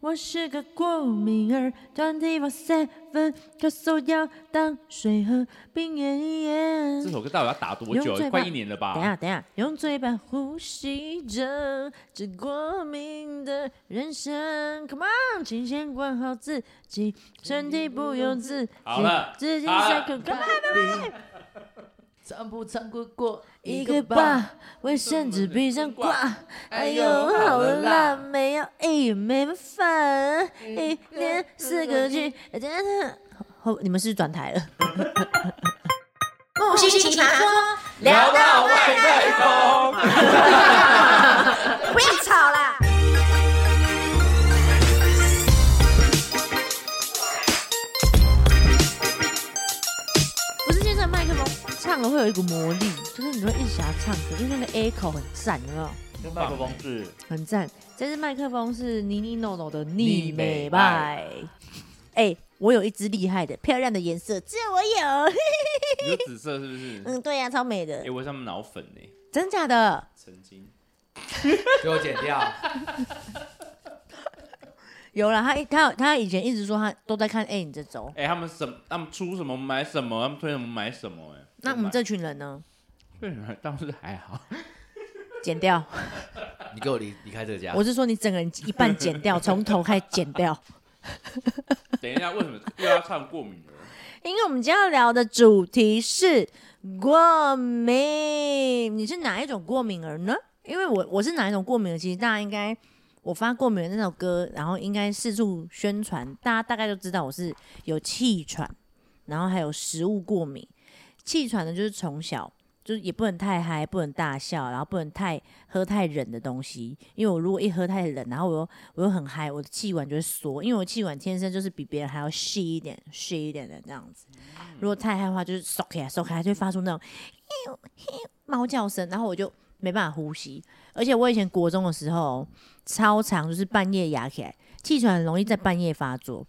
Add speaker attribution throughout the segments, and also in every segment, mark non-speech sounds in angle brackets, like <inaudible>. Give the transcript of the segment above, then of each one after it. Speaker 1: 我是个过敏儿，twenty four seven，咳嗽要当水喝，冰眼眼。
Speaker 2: 这首歌到底要打多久
Speaker 1: 用最？
Speaker 2: 快
Speaker 1: 棒
Speaker 2: 一年了吧？
Speaker 1: 等一下，等一下，用嘴巴呼吸着这过敏的人生。Come on，请先管好自己，身体不由自己
Speaker 2: 好了，
Speaker 1: 自己
Speaker 2: 好
Speaker 1: 伤
Speaker 2: 了
Speaker 1: 口。Come on，
Speaker 3: 尝不尝过过
Speaker 1: 一个吧，卫生纸闭上挂。哎呦，好了啦，没有哎，没办法，一天四个哎剧，真的。后你们是不是转台了？
Speaker 4: 木西西奇葩说，
Speaker 2: 聊到外太空。
Speaker 4: 不要吵啦！
Speaker 1: 不是现在麦克风唱了会有一股魔力，就是你会一直想要唱歌，因为那个 echo 很赞，有没有？
Speaker 3: 跟麦克风是
Speaker 1: 很赞。这支麦克风是妮妮诺诺的
Speaker 2: 逆
Speaker 1: 逆
Speaker 2: 美
Speaker 1: 美
Speaker 2: 麦
Speaker 1: 麦。哎、我有一支厉害的，漂亮的颜色，只有我有。 <laughs>
Speaker 2: 有紫色是不是？
Speaker 1: 嗯，对呀、超美的
Speaker 2: 哎，，我是他们脑粉呢，
Speaker 1: 真假的？
Speaker 2: 曾经。
Speaker 3: 给我剪掉。
Speaker 1: 有了，他他他以前一直说他都在看 A 你这周，
Speaker 2: 哎，他们什么？他们出什么买什么？他们推什么买什么？哎，
Speaker 1: 那我们这群人呢？
Speaker 2: 对倒是还好。 <laughs>
Speaker 1: 剪掉，
Speaker 2: 哎
Speaker 3: 你给我离离开这个家
Speaker 1: 我。是说你整个人一半剪掉， <laughs> 从头开始剪掉。
Speaker 2: 等一下，为什么又要唱过敏了？
Speaker 1: 因为我们今天要聊的主题是过敏，你是哪一种过敏儿呢？因为我我是哪一种过敏儿，其实大家应该我发过敏儿那首歌，然后应该四处宣传，大家大概就知道我是有气喘，然后还有食物过敏。气喘呢，就是从小就是也不能太嗨，不能大笑，然后不能太喝太冷的东西，因为我如果一喝太冷，然后我又我又很嗨，我的气管就会缩，因为我气管天生就是比别人还要细一点、细一点的这样子。如果太嗨的话，就是收起来、收起来，就会发出那种猫叫声，然后我就没办法呼吸。而且我以前国中的时候，超常就是半夜压起来，气喘很容易在半夜发作。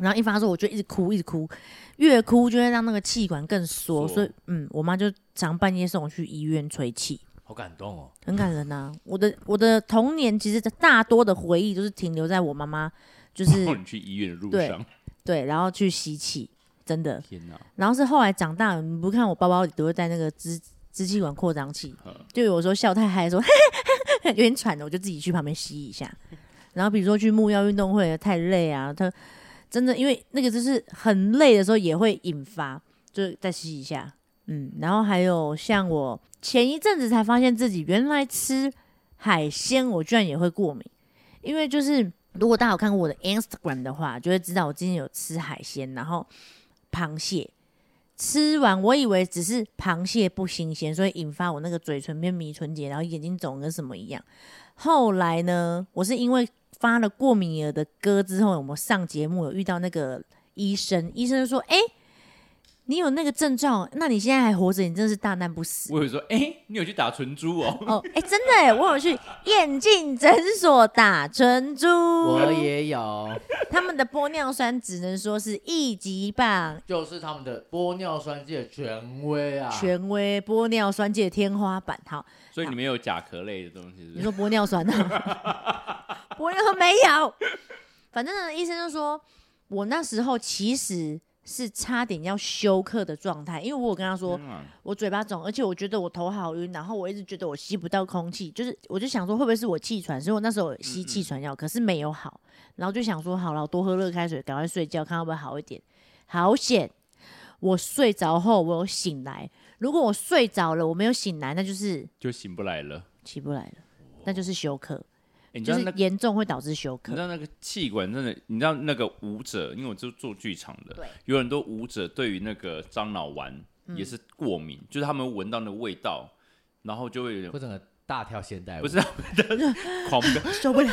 Speaker 1: 然后一发作我就一直哭，一直哭，越哭就会让那个气管更缩，
Speaker 2: 缩
Speaker 1: 所以嗯，我妈就常半夜送我去医院吹气。
Speaker 3: 好感动哦，
Speaker 1: 很感人呐、我的我的童年其实大多的回忆都是停留在我妈妈，就是
Speaker 2: 送哦你去医院的路
Speaker 1: 对
Speaker 2: 上。
Speaker 1: 对，然后去吸气，真的。
Speaker 2: 天哪！
Speaker 1: 然后是后来长大，你不看我包包里都会带那个支支气管扩张器
Speaker 2: 嗯，
Speaker 1: 就有时候笑太嗨的时候， <laughs> 有点喘了，我就自己去旁边吸一下。然后比如说去木曜运动会太累啊，他真的因为那个就是很累的时候也会引发，就再吸一下。嗯，然后还有像我前一阵子才发现自己原来吃海鲜，我居然也会过敏，因为就是如果大家有看过我的 Instagram 的话，就会知道我今天有吃海鲜，然后螃蟹。吃完，我以为只是螃蟹不新鲜，所以引发我那个嘴唇变迷唇结，然后眼睛肿跟什么一样。后来呢，我是因为发了过敏儿的歌之后，我们上节目有遇到那个医生，医生就说：“哎、你有那个症状，那你现在还活着，你真的是大难不死。”
Speaker 2: 我有说，哎，你有去打唇珠哦？ <laughs>
Speaker 1: 哦，哎、真的哎，我有去眼镜诊所打唇珠，
Speaker 3: 我也有，
Speaker 1: 他们的玻尿酸只能说是一级棒，
Speaker 3: 就是他们的玻尿酸界的权威啊。
Speaker 1: 权威玻尿酸界的天花板。好，
Speaker 2: 所以你们有甲壳类的东西是不
Speaker 1: 你
Speaker 2: 是？
Speaker 1: 说玻尿酸呢、
Speaker 3: <laughs>
Speaker 1: 玻尿酸没有，反正呢，医生就说我那时候其实是差点要休克的状态，因为我有跟他说，
Speaker 2: 天啊
Speaker 1: 我嘴巴肿，而且我觉得我头好晕，然后我一直觉得我吸不到空气，就是我就想说会不会是我气喘，所以我那时候有吸
Speaker 2: 嗯
Speaker 1: 气喘药，可是没有好，然后就想说好了，我多喝热开水，赶快睡觉，看会不会好一点。好险，我睡着后我有醒来，如果我睡着了我没有醒来，那就是
Speaker 2: 就醒不来了。
Speaker 1: 起不来了，那就是休克，
Speaker 2: 哎你知
Speaker 1: 就
Speaker 2: 道
Speaker 1: 是
Speaker 2: 那
Speaker 1: 严重会导致休
Speaker 2: 你
Speaker 1: 克。
Speaker 2: 知道那个气管真的，你知道那个舞者，因为我就做剧场的，有很多舞者对于那个樟脑丸
Speaker 3: 嗯
Speaker 2: 也是过敏，就是他们闻到那个味道，然后就会有点
Speaker 3: 我整个大跳现代舞，
Speaker 2: 不是啊他们的狂
Speaker 3: <laughs>
Speaker 2: 飙，
Speaker 1: 受
Speaker 2: <laughs>
Speaker 1: 不了，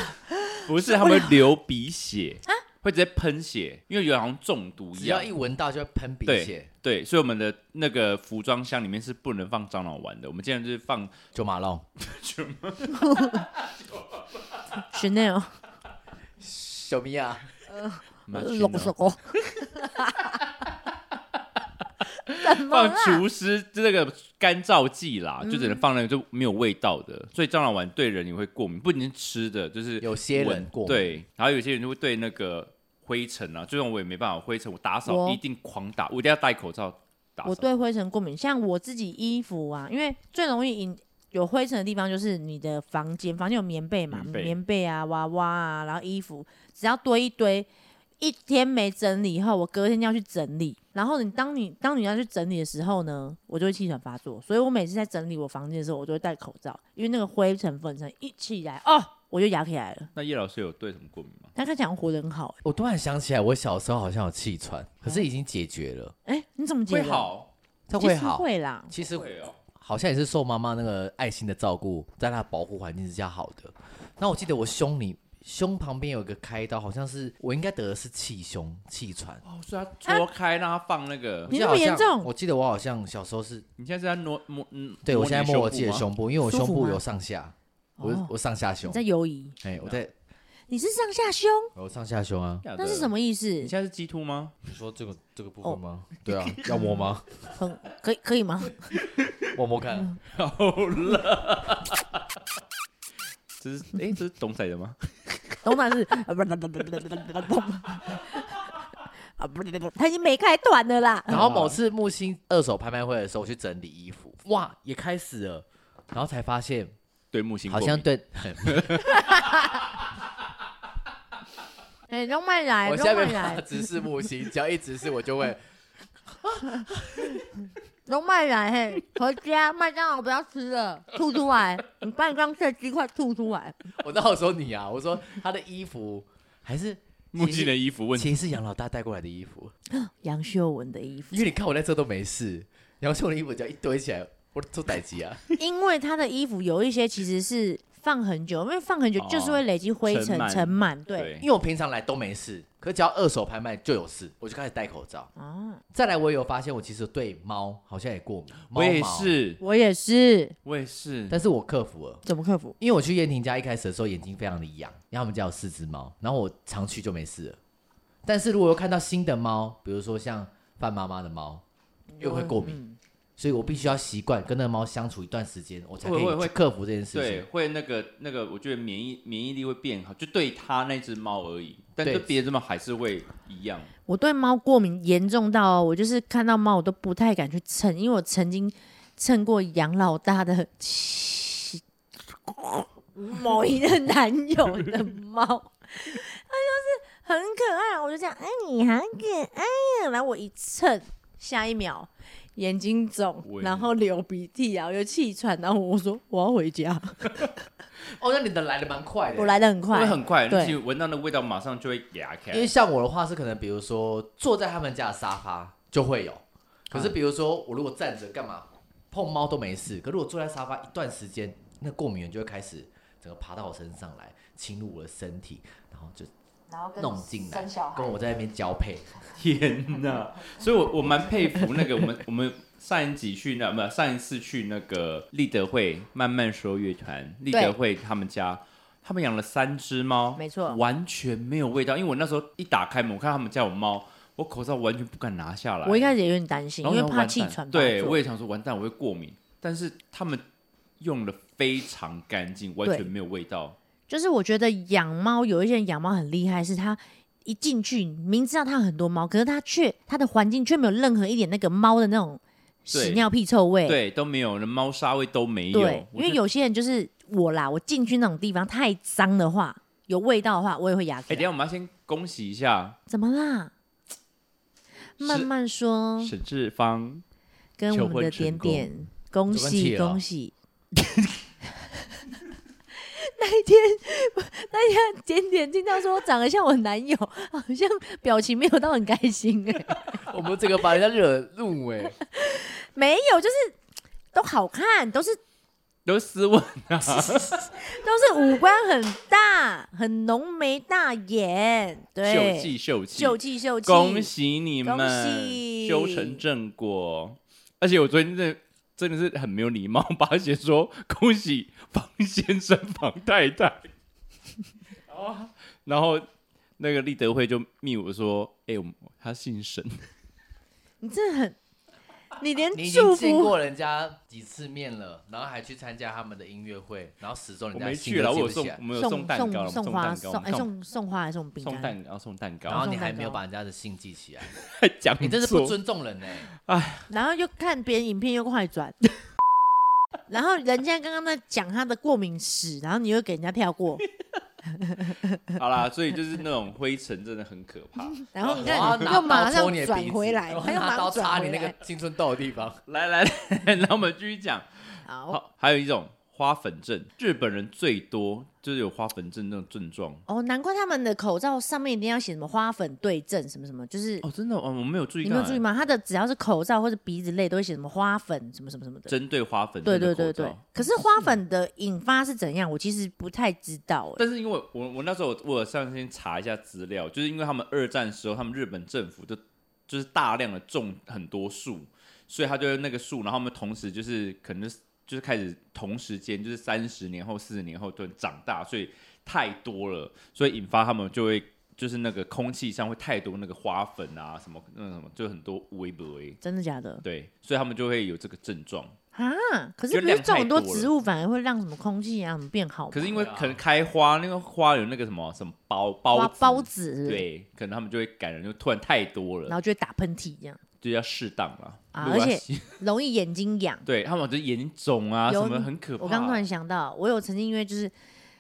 Speaker 2: 不是他们会流鼻血，会直接喷血，因为有好像中毒一
Speaker 3: 啊只
Speaker 2: 样
Speaker 3: 要。一闻到就会喷鼻
Speaker 2: 对
Speaker 3: 血，
Speaker 2: 对，所以我们的那个服装箱里面是不能放樟脑丸的，我们竟然就是放
Speaker 3: 九马龙。
Speaker 2: <laughs>
Speaker 1: Chanel
Speaker 3: 小
Speaker 1: 啊
Speaker 3: 米娅，
Speaker 1: 龙首。 <laughs> 怎么
Speaker 3: 啊
Speaker 2: 放
Speaker 1: 啦？
Speaker 2: 除湿这个干燥剂啦，就
Speaker 3: 嗯
Speaker 2: 只能放那个就没有味道的，所以蟑螂丸对人也会过敏，不仅是吃的，就是
Speaker 3: 有些人
Speaker 2: 闻
Speaker 3: 过敏
Speaker 2: 对，然后有些人就会对那个灰尘啊，这种我也没办法，灰尘我打扫
Speaker 1: 我
Speaker 2: 一定狂打，我一定要戴口罩打扫。
Speaker 1: 我对灰尘过敏，像我自己衣服啊，因为最容易引有灰尘的地方就是你的房间，房间有棉被嘛，
Speaker 2: 棉
Speaker 1: 棉
Speaker 2: 被
Speaker 1: 被啊、娃娃啊，然后衣服，只要堆一堆，一天没整理以后，我隔天要去整理。然后你当你当你要去整理的时候呢，我就会气喘发作，所以我每次在整理我房间的时候，我都会戴口罩，因为那个灰尘粉尘一起来哦，我就痒起来了。
Speaker 2: 那叶老师有对什么过敏吗？
Speaker 1: 但他讲活得很好、
Speaker 3: 我突然想起来，我小时候好像有气喘，可是已经解决了，
Speaker 1: 欸，哎、你怎么解
Speaker 2: 会
Speaker 1: 的？
Speaker 2: 好，
Speaker 3: 这
Speaker 1: 其
Speaker 3: 会
Speaker 1: 实
Speaker 3: 好。
Speaker 1: 会啦，
Speaker 3: 其实
Speaker 2: 会哦。
Speaker 3: 好像也是受妈妈那个爱心的照顾，在她的保护环境之下好的。那我记得我胸里胸旁边有一个开刀，好像是我应该得的是气胸气喘。
Speaker 2: 哦，所以他戳开让他放那个，
Speaker 1: 你那
Speaker 3: 我记得
Speaker 1: 么
Speaker 3: 好像
Speaker 1: 严重
Speaker 3: 我记得我好像小时候是
Speaker 2: 你现在是在摸摸嗯，
Speaker 3: 对我
Speaker 2: 你
Speaker 3: 现在摸我自己的
Speaker 2: 部吗，
Speaker 3: 胸部，因为我
Speaker 1: 舒服
Speaker 3: 胸部
Speaker 1: 吗
Speaker 3: 有上下，我
Speaker 1: 哦
Speaker 3: 我上下胸
Speaker 1: 你在，游移，
Speaker 3: 哎，我在
Speaker 1: 你是上下胸，
Speaker 3: 我上下胸啊。
Speaker 2: 假的
Speaker 1: 那是什？么意思？
Speaker 2: 你现在是鸡突吗？
Speaker 3: 你说这个这个部
Speaker 1: 分
Speaker 3: <laughs> 吗？对啊，要摸吗？
Speaker 1: 很可以可以吗？ <laughs>
Speaker 3: 摸摸
Speaker 1: 嗯
Speaker 3: 看。
Speaker 2: 这是 <laughs> 哎，这是董仔的吗？
Speaker 1: 董奶是啊不不不不不不不啊不不不，他已经没开团了啦。
Speaker 3: 然后某次木星二手拍卖会的时候，我去整理衣服，哇，也开始了，然后才发现
Speaker 2: 对木星过
Speaker 3: 好
Speaker 2: 敏，
Speaker 3: 像对，
Speaker 1: 哎，让慢来，
Speaker 3: 我
Speaker 1: 让
Speaker 3: 下
Speaker 1: 慢
Speaker 3: 面把它
Speaker 1: 来，
Speaker 3: <laughs> 直视木星，只要一直视我就会。
Speaker 1: 让慢来，嘿，回家麦当劳不要吃了，吐出来，你把你刚吃的鸡块吐出来。
Speaker 3: 我那我说你啊，我说他的衣服还是
Speaker 2: <laughs> 木星的衣服问题。
Speaker 3: 其实是杨老大带过来的衣服，
Speaker 1: <laughs> 杨秀文的衣服
Speaker 3: 因，为你看我在这都没事，杨秀的衣服只要一堆起来，我做歹机啊。
Speaker 1: 因为他的衣服有一些其实是放很久，因为放很久
Speaker 2: 哦
Speaker 1: 就是会累积灰
Speaker 2: 尘
Speaker 1: 尘
Speaker 2: 螨
Speaker 1: 尘螨，对。
Speaker 2: 对
Speaker 3: 因为我平常来都没事，可只要二手拍卖就有事，我就开始戴口罩。
Speaker 1: 哦，
Speaker 3: 再来，我有发现我其实对猫好像也过敏，猫
Speaker 2: 我也
Speaker 3: 毛，
Speaker 2: 是，
Speaker 1: 我也是，
Speaker 2: 我也是。
Speaker 3: 但是我克服了。
Speaker 1: 怎么克服？
Speaker 3: 因为我去燕婷家一开始的时候，眼睛非常的痒，因为他们家有四只猫，然后我常去就没事了。但是如果又看到新的猫，比如说像范妈妈的猫，又会过敏，
Speaker 1: 嗯，
Speaker 3: 所以我必须要习惯跟那个猫相处一段时间，我才可
Speaker 2: 会会
Speaker 3: 以
Speaker 2: 会
Speaker 3: 去克服这件事
Speaker 2: 对，
Speaker 3: 情。
Speaker 2: 会那个那个，我觉得免疫免疫力会变好，就对它那只猫而已，但
Speaker 3: 对
Speaker 2: 对别的猫还是会一样。
Speaker 1: 我对猫过敏严重到、哦，我就是看到猫我都不太敢去蹭，因为我曾经蹭过杨老大的某一个男友的猫，它 <laughs> 就是很可爱，我就这样，哎，你好可爱呀、然后我一蹭，下一秒。眼睛肿
Speaker 2: 我，也
Speaker 1: 然后流鼻涕啊，我就气喘，然后我说我要回家，
Speaker 3: 哦，那你的来的蛮快的。
Speaker 1: 我来的很
Speaker 2: 会
Speaker 1: 快，
Speaker 2: 很快，
Speaker 1: 对
Speaker 2: 你去闻到那个味道，马上就会牙开
Speaker 3: 因。为像我的话是可能，比如说坐在他们家的沙发就会有，可是比如说我如果站着干嘛碰猫都没事，可如果坐在沙发一段时间，那过敏源就会开始整个爬到我身上来，侵入我的身体，然后就
Speaker 1: 然后
Speaker 3: 弄进来，跟我在那边交配。
Speaker 2: 天哪！所以我我蛮佩服那个我们我们上一集去那不上一次去那个立德会慢慢说乐团，立德会他们家。他们养了三只猫，
Speaker 1: 没错
Speaker 2: 完全没有味道。因为我那时候一打开门，我看他们家有猫，我口罩完全不敢拿下来。
Speaker 1: 我一开始也有点担心，
Speaker 2: 然
Speaker 1: 因为
Speaker 2: 后想
Speaker 1: 怕
Speaker 2: 完
Speaker 1: 气
Speaker 2: 蛋
Speaker 1: 喘发作。
Speaker 2: 对，我也想说完蛋，我会过敏。但是他们用的非常干净，完全没有味道。
Speaker 1: 就是我觉得养猫有一些人养猫很厉害，是他一进去明知道他很多猫，可是他却他的环境却没有任何一点那个猫的那种
Speaker 2: 对
Speaker 1: 屎尿屁臭味。
Speaker 2: 对，都没有，连猫砂味都没有。
Speaker 1: 对因为
Speaker 2: 有。
Speaker 1: 有些人就是我啦，我进去那种地方太脏的话，有味道的话，我也会牙
Speaker 2: 哎、
Speaker 1: 起
Speaker 2: 等一下我们要先恭喜一下
Speaker 1: 怎么啦？慢慢说，
Speaker 2: 沈志芳，
Speaker 1: 跟我
Speaker 2: 求婚
Speaker 1: 们的
Speaker 2: 成
Speaker 1: 点
Speaker 2: 功
Speaker 1: 点，恭
Speaker 3: 走关系
Speaker 1: 喜
Speaker 3: 了
Speaker 1: 恭喜。 <laughs> 那一天， <laughs> 那一天点点听到说我长得像我男友，好像表情没有到很开心哎、
Speaker 3: 我们这个把人家惹怒哎、
Speaker 1: <laughs> 没有，就是都好看，都是
Speaker 2: 都是斯文，
Speaker 1: 都是五官很大，很浓眉大眼，
Speaker 2: 秀
Speaker 1: 对，
Speaker 2: 气秀气，
Speaker 1: 秀气秀气，
Speaker 2: 恭喜你们
Speaker 1: 恭喜
Speaker 2: 修成正果。而且我昨天真的真的是很没有礼貌，把它写说恭喜房先生、房太太。然后，然后那个立德会就密我说：“哎、我们他姓沈，
Speaker 1: 你真的很，你连
Speaker 3: 你已经
Speaker 1: 祝
Speaker 3: 见
Speaker 1: 福
Speaker 3: 过人家几次面了，然后还去参加他们的音乐会，然后始终
Speaker 2: 我
Speaker 3: 人家
Speaker 2: 没
Speaker 3: 心
Speaker 2: 去了，
Speaker 3: 都
Speaker 2: 我
Speaker 3: 记
Speaker 2: 有
Speaker 3: 不起
Speaker 2: 送，
Speaker 3: 来
Speaker 2: 我们有
Speaker 1: 送
Speaker 2: 蛋糕，
Speaker 1: 送花
Speaker 2: 蛋
Speaker 1: 送
Speaker 2: 糕，
Speaker 1: 哎送送花还是送饼
Speaker 2: 送
Speaker 1: 干？
Speaker 2: 蛋糕，送蛋
Speaker 3: 然
Speaker 2: 糕，
Speaker 3: 后你
Speaker 1: 送
Speaker 3: 还
Speaker 1: 蛋
Speaker 3: 没有
Speaker 1: 糕
Speaker 3: 把人家的信记起来，
Speaker 2: 还 <laughs> 讲
Speaker 3: 你这是不
Speaker 2: 错，
Speaker 3: 尊重人欸呢、
Speaker 1: 然后又看别人影片又快转， <laughs> 然后人家刚刚在讲他的过敏史，然后你又给人家跳过，
Speaker 2: 好啦，所以就是那种灰尘真的很可怕。
Speaker 1: 然后你
Speaker 3: 我要
Speaker 1: 看
Speaker 3: 拿
Speaker 1: 又
Speaker 3: 刀
Speaker 1: 马上
Speaker 3: 戳你的
Speaker 1: 转
Speaker 3: 鼻子
Speaker 1: 回来，
Speaker 3: 我
Speaker 1: 他又
Speaker 3: 要拿
Speaker 1: 马
Speaker 3: 刀
Speaker 1: 上
Speaker 3: 插
Speaker 1: 转
Speaker 3: 你
Speaker 1: 回
Speaker 3: 那个
Speaker 1: 来。
Speaker 3: 青春痘的地方。
Speaker 2: 来来，来，那我们继续讲。
Speaker 1: 好
Speaker 2: 好，还有一种花粉症，日本人最多就是有花粉症那种症状。
Speaker 1: 哦，难怪他们的口罩上面一定要写什么花粉对症什么什么，就是
Speaker 2: 哦，真的，哦，我没有注意
Speaker 1: 你
Speaker 2: 到，
Speaker 1: 没有注意吗？他的只要是口罩或者鼻子类都会写什么花粉什么什么什么的。
Speaker 2: 针对花粉
Speaker 1: 对
Speaker 2: 症的
Speaker 1: 对
Speaker 2: 口
Speaker 1: 对
Speaker 2: 罩嗯
Speaker 1: 对，可是花粉的引发是怎样？我其实不太知道、欸。
Speaker 2: 但是因为我我那时候我我有上先查一下资料，就是因为他们二战时候，他们日本政府就就是大量的种很多树，所以他就那个树，然后他们同时就是可能就是就是开始同时间就是三十年后、四十年后突然长大，所以太多了，所以引发他们就会就是那个空气上会太多那个花粉啊什么那个什么，就很多微博
Speaker 1: 真的假的
Speaker 2: 对，所以他们就会有这个症状。
Speaker 1: 啊？可
Speaker 2: 就
Speaker 1: 不
Speaker 2: 是
Speaker 1: 是
Speaker 2: 量
Speaker 1: 种
Speaker 2: 太
Speaker 1: 很多
Speaker 2: 多
Speaker 1: 植
Speaker 2: 了
Speaker 1: 物反而会让什么空气啊什么变好吗？
Speaker 2: 可是因为
Speaker 3: 对啊
Speaker 2: 可能开花，那个花有那个什么什么包
Speaker 1: 花
Speaker 2: 包
Speaker 1: 孢子是不是，
Speaker 2: 对，可能他们就会感染，就突然太多
Speaker 1: 然
Speaker 2: 了，
Speaker 1: 后就会打喷嚏这样，
Speaker 2: 就要适当啦。
Speaker 1: 啊
Speaker 2: 如果要
Speaker 1: 而且
Speaker 2: 洗
Speaker 1: 容易眼睛痒。
Speaker 2: <laughs> 对他们就是眼睛肿啊，
Speaker 1: 有
Speaker 2: 什么很可怕。
Speaker 1: 我刚突然想到，我有曾经因为就是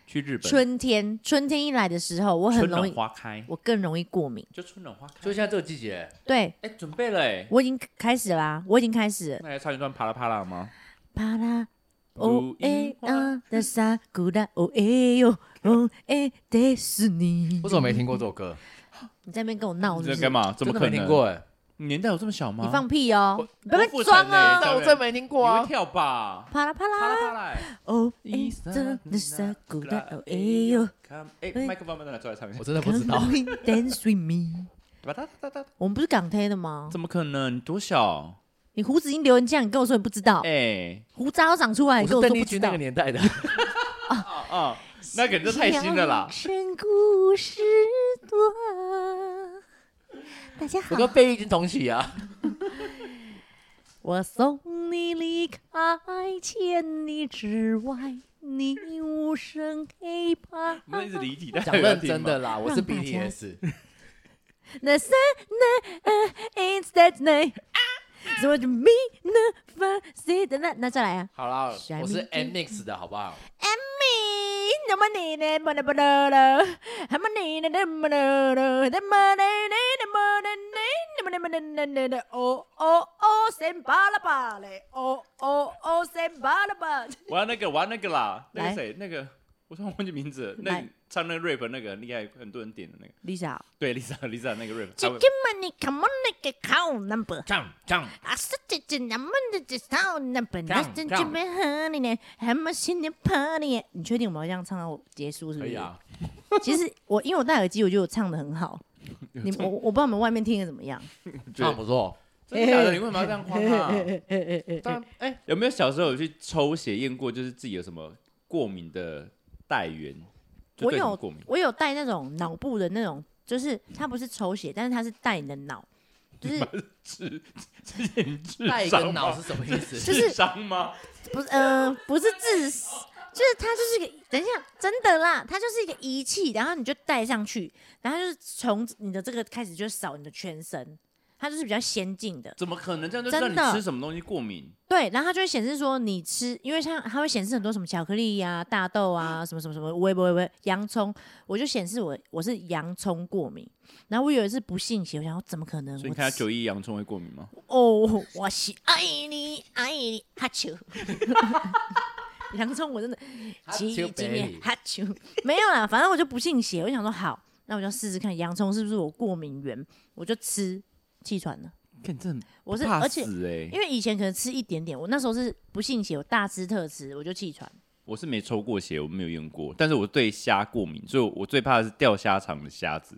Speaker 2: 去日本，
Speaker 1: 春天，春天一来的时候，我很
Speaker 2: 春
Speaker 1: 容
Speaker 2: 暖
Speaker 1: 易，
Speaker 2: 花开，
Speaker 1: 我更容易过敏。
Speaker 2: 就春暖花开。
Speaker 3: 就现在这个季 <laughs> 节，
Speaker 1: 对
Speaker 2: 哎，准备了哎，
Speaker 1: 我已经开始啦、我已经开始了
Speaker 2: 那要唱一段啪啦啪啦吗？
Speaker 1: 啪啦。哦
Speaker 2: 如
Speaker 1: 诶
Speaker 2: 樱花
Speaker 1: 啊的萨古拉哦诶哟哦诶迪士尼，
Speaker 3: 我怎么没听过这首 <laughs> 歌？
Speaker 1: 你在那边跟我闹
Speaker 2: 你
Speaker 1: 是不
Speaker 2: 在
Speaker 1: 哦是
Speaker 2: 干？嘛？怎么
Speaker 3: 真
Speaker 2: 可
Speaker 3: 的
Speaker 2: 能？
Speaker 3: 没听过哎、
Speaker 2: 你年代有这么小吗？
Speaker 1: 你放屁哦！你不要被
Speaker 2: 郭富城
Speaker 1: 装
Speaker 2: 欸
Speaker 1: 啊！
Speaker 2: 小
Speaker 3: 但我
Speaker 2: 人
Speaker 3: 真没听过
Speaker 2: 你
Speaker 3: 啊
Speaker 2: 会。跳吧？
Speaker 1: 啪啦啪
Speaker 2: 啪啦哎
Speaker 1: 啦
Speaker 2: 啪啦，
Speaker 1: 哦诶啊的萨古拉哦诶哟，
Speaker 2: 哎，
Speaker 1: 哎
Speaker 2: 麦克风帮他出来唱一下
Speaker 3: 我。真的不知道，
Speaker 1: Dance with me，
Speaker 2: 哒哒哒哒哒
Speaker 1: 我们不是港台的吗？
Speaker 2: 怎么可能？你多小？
Speaker 1: 你胡子已经留成这样，你跟我说你不知道，
Speaker 2: 哎，
Speaker 1: 胡渣都长出来，
Speaker 3: 我
Speaker 1: 你
Speaker 3: 是
Speaker 1: 跟我
Speaker 3: 邓
Speaker 1: 说
Speaker 3: 丽
Speaker 1: 不知
Speaker 3: 君那
Speaker 1: 道
Speaker 3: 个。年代 <laughs> 的。
Speaker 2: 啊啊，那可能就太新了啦。
Speaker 4: 成故事多。大家好，
Speaker 3: 我跟贝玉已经同期啊，
Speaker 1: 我送你离开千里之外，你无声黑白。
Speaker 2: 我们一直离题，但
Speaker 3: <laughs> 讲认真的啦，我是 BTS。
Speaker 1: The sun i n s 呃 that night，怎
Speaker 3: 啊
Speaker 1: 么就 me the fun see the night？那再来啊。
Speaker 3: 好啦，
Speaker 1: Shine
Speaker 3: 呃我是
Speaker 1: me
Speaker 3: M Mix 的好不好？
Speaker 1: Me，那么你呢？不啦不啦啦，那么你呢？那么啦啦，那么你呢？那么你呢？那么那么那那那那，哦哦哦，先巴拉巴嘞，哦哦哦，先巴拉巴。
Speaker 2: 我要那个，我要那个啦，那
Speaker 1: 来
Speaker 2: 个谁，那个我突然忘记名字了，那
Speaker 1: 来
Speaker 2: 唱那个 rap 那个很厉害，很多人点的那个， <laughs>
Speaker 1: Lisa，
Speaker 2: 对，Lisa Lisa 那个 rap，
Speaker 4: 这
Speaker 2: 她
Speaker 4: 个
Speaker 2: 会
Speaker 4: 嘛，你 come on，那个 count number。
Speaker 3: 唱唱，
Speaker 4: 啊，是这这那么的这操那本来真
Speaker 3: 这
Speaker 4: 就
Speaker 3: 样
Speaker 4: 没和你呢，还没新年 party。
Speaker 1: 你确定我们要这样唱到结束是不
Speaker 3: 可
Speaker 1: 是？
Speaker 3: 以啊。
Speaker 1: 其实我因为我戴耳机，我觉得我唱的很
Speaker 3: <laughs>
Speaker 1: 好。你我我不知道你们外面听的怎么样。
Speaker 3: 唱得不 <laughs> 错。
Speaker 2: 真的假的？你为什么要这样夸
Speaker 3: <laughs>
Speaker 2: 她？
Speaker 3: 啊当然，哎，
Speaker 2: 有没有小时候有去抽血验过，就是自己有什么过敏的带源？就
Speaker 1: 我
Speaker 2: 对什么
Speaker 1: 有
Speaker 2: 过敏，
Speaker 1: 我有戴那种脑部的那种，就是它不是抽血，但是它是戴你的脑，就是
Speaker 2: 是之前智
Speaker 3: 带一个
Speaker 2: 商
Speaker 3: 脑
Speaker 2: 吗？
Speaker 3: 是什么意 <laughs> 思？
Speaker 1: 就是
Speaker 2: <laughs> 智商吗？
Speaker 1: 不是，嗯、不是自私，就是它就是一个，等一下，真的啦，它就是一个仪器，然后你就戴上去，然后它就是从你的这个开始就扫你的全身，它就是比较先进的，
Speaker 2: 怎么可能这样就
Speaker 1: 真
Speaker 2: 让你
Speaker 1: 的
Speaker 2: 吃什么东西过敏？
Speaker 1: 对，然后它就会显示说你吃，因为像它会显示很多什么巧克力呀、大豆啊、什么什么什么，微微微洋葱，我就显示我我是洋葱过敏，然后我有一次不信邪，我想说怎么可能？
Speaker 2: 所
Speaker 1: 我
Speaker 2: 以你看他
Speaker 1: 吃
Speaker 2: 九一洋葱会过敏吗？
Speaker 1: 哦，我是爱你爱你哈啾，洋葱我真的
Speaker 3: 哈
Speaker 1: 奇
Speaker 3: 啾
Speaker 1: 异经验
Speaker 3: berry
Speaker 1: 哈啾，没有啦，反正我就不信邪，我想说好，那我就试试看洋葱是不是我过敏源，我就吃，气喘了。
Speaker 2: 看这很
Speaker 1: 我是
Speaker 2: 怕
Speaker 1: 而且
Speaker 2: 死哎
Speaker 1: 因为以前可能吃一点点，我那时候是不信邪，我大吃特吃，我就气喘。
Speaker 2: 我是没抽过血，我没有用过，但是我对虾过敏，所以我最怕的是钓虾场的虾子，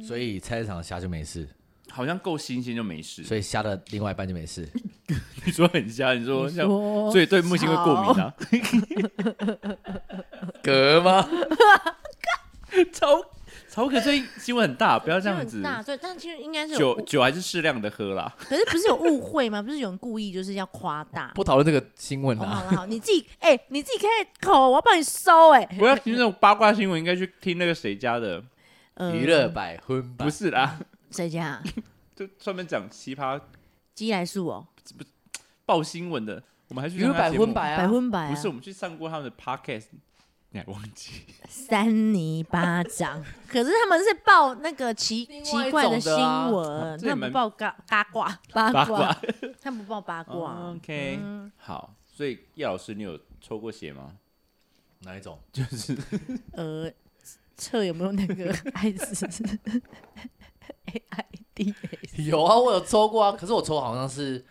Speaker 3: 所以菜市场的虾就没事，
Speaker 2: 好像够新鲜就没事。
Speaker 3: 所以虾的另外一半就没 <laughs> 事。
Speaker 2: 你说很虾，你说像，
Speaker 1: 说
Speaker 2: 所以对木星会过敏啊，
Speaker 3: 嗝吗？
Speaker 2: 超头壳最近新闻很大，不要这样
Speaker 1: 很
Speaker 2: 子。
Speaker 1: 大，对，但其实应该是有
Speaker 2: 酒，酒还是适量的喝啦。
Speaker 1: 可是不是有误会吗？不是有人故意就是要夸大？
Speaker 3: 不讨论这个新闻
Speaker 1: 好
Speaker 3: 啊。
Speaker 1: 好好，你自己哎、你自己开口，我要帮你收哎、
Speaker 2: 不要听那种八卦新闻，应该去听那个谁家的，
Speaker 1: 呃
Speaker 3: 娱乐百分百
Speaker 2: 不是啦， <laughs>
Speaker 1: 谁家？
Speaker 2: 就专门讲奇葩
Speaker 1: 鸡来素哦，
Speaker 2: 报新闻的。我们还去
Speaker 3: 娱乐
Speaker 2: 上他
Speaker 3: 百
Speaker 2: 节目
Speaker 3: 分百啊，
Speaker 1: 百分百、啊、
Speaker 2: 不是我们去上过他们的 podcast，你还忘 <laughs> 记？
Speaker 1: 三泥巴掌，可是他们是报那个奇
Speaker 3: 另外
Speaker 1: 奇
Speaker 3: 一
Speaker 1: 怪
Speaker 3: 种
Speaker 1: 新
Speaker 3: 的啊
Speaker 1: 闻，
Speaker 2: 这也
Speaker 1: 他们
Speaker 2: 蛮
Speaker 1: 不报八八卦八
Speaker 2: 八哦
Speaker 1: 卦，他们不报八卦。
Speaker 2: OK，、好，所以叶老师，你有抽过血 <laughs> 吗？
Speaker 3: 哪一种？ <laughs>
Speaker 2: 就是
Speaker 1: 呃，测有没有那个艾滋 A I D？
Speaker 3: 有啊，我有抽过啊，可是我抽好像是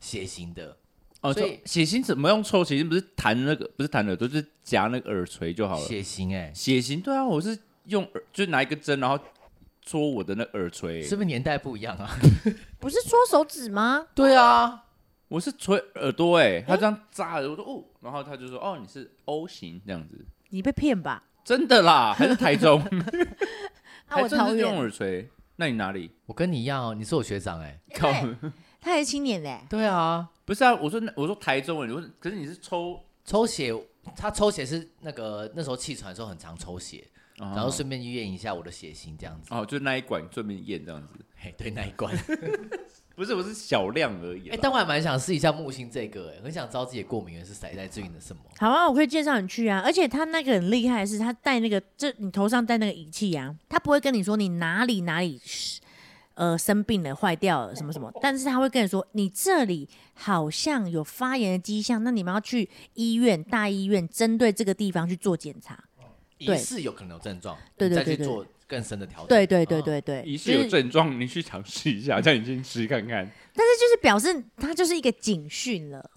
Speaker 3: 血型的，
Speaker 2: 哦，
Speaker 3: 所以
Speaker 2: 就血型怎么用抽？血型不是弹那个，不是弹耳朵，就是夹那个耳垂就好了。
Speaker 3: 血型哎、
Speaker 2: 血型对啊，我是用耳，就是拿一个针，然后戳我的那耳垂。
Speaker 3: 是不是年代不一样啊？
Speaker 1: 不是戳手指吗？
Speaker 3: 对啊，
Speaker 2: 我是垂耳朵哎、他这样扎的，我说哦，然后他就说哦，你是 O 型这样子，
Speaker 1: 你被骗吧？
Speaker 2: 真的啦，还是台中，
Speaker 1: 啊，
Speaker 2: 还
Speaker 1: 我
Speaker 2: 真的
Speaker 1: 桃
Speaker 2: 是用
Speaker 1: 园，
Speaker 2: 耳垂。那你哪里？
Speaker 3: 我跟你一样哦，你是我学长哎、
Speaker 2: 靠，
Speaker 1: 他还是青年嘞。
Speaker 3: 对啊，
Speaker 2: 不是啊，我说那我说台中哎，我说可是你是抽，
Speaker 3: 抽血，他抽血是那个那时候气喘的时候很常抽血，
Speaker 2: 然
Speaker 3: 然后顺便验一下我的血型
Speaker 2: <laughs>
Speaker 3: 这样子。
Speaker 2: 啊哦，就那一管顺便验这样子。
Speaker 3: 嘿，对那一关。
Speaker 2: 不是，我是小量而已啦。
Speaker 3: <laughs> 哎、但我还蛮想试一下木星这个、哎，很想知道自己的过敏源是谁在最近的什么。
Speaker 1: 好啊，我可以介绍你去啊。而且他那个很厉害的是，他戴那个，这你头上戴那个仪器啊，他不会跟你说你哪里哪里呃生病了、坏掉了什么什 <laughs> 么，但是他会跟你说你这里好像有发炎的迹象，那你们要去医院、大医院针对这个地方去做检查。
Speaker 3: 疑
Speaker 1: 对
Speaker 3: 似有可能有症状，
Speaker 1: 对对
Speaker 3: 再去
Speaker 1: 对对
Speaker 3: 做更深的调整。
Speaker 1: 对对对对对，
Speaker 2: 疑
Speaker 1: 啊
Speaker 2: 似
Speaker 1: 就是
Speaker 2: 有症状，你去尝试一下，这样你先试看看。
Speaker 1: 但是就是表示它就是一个警讯了。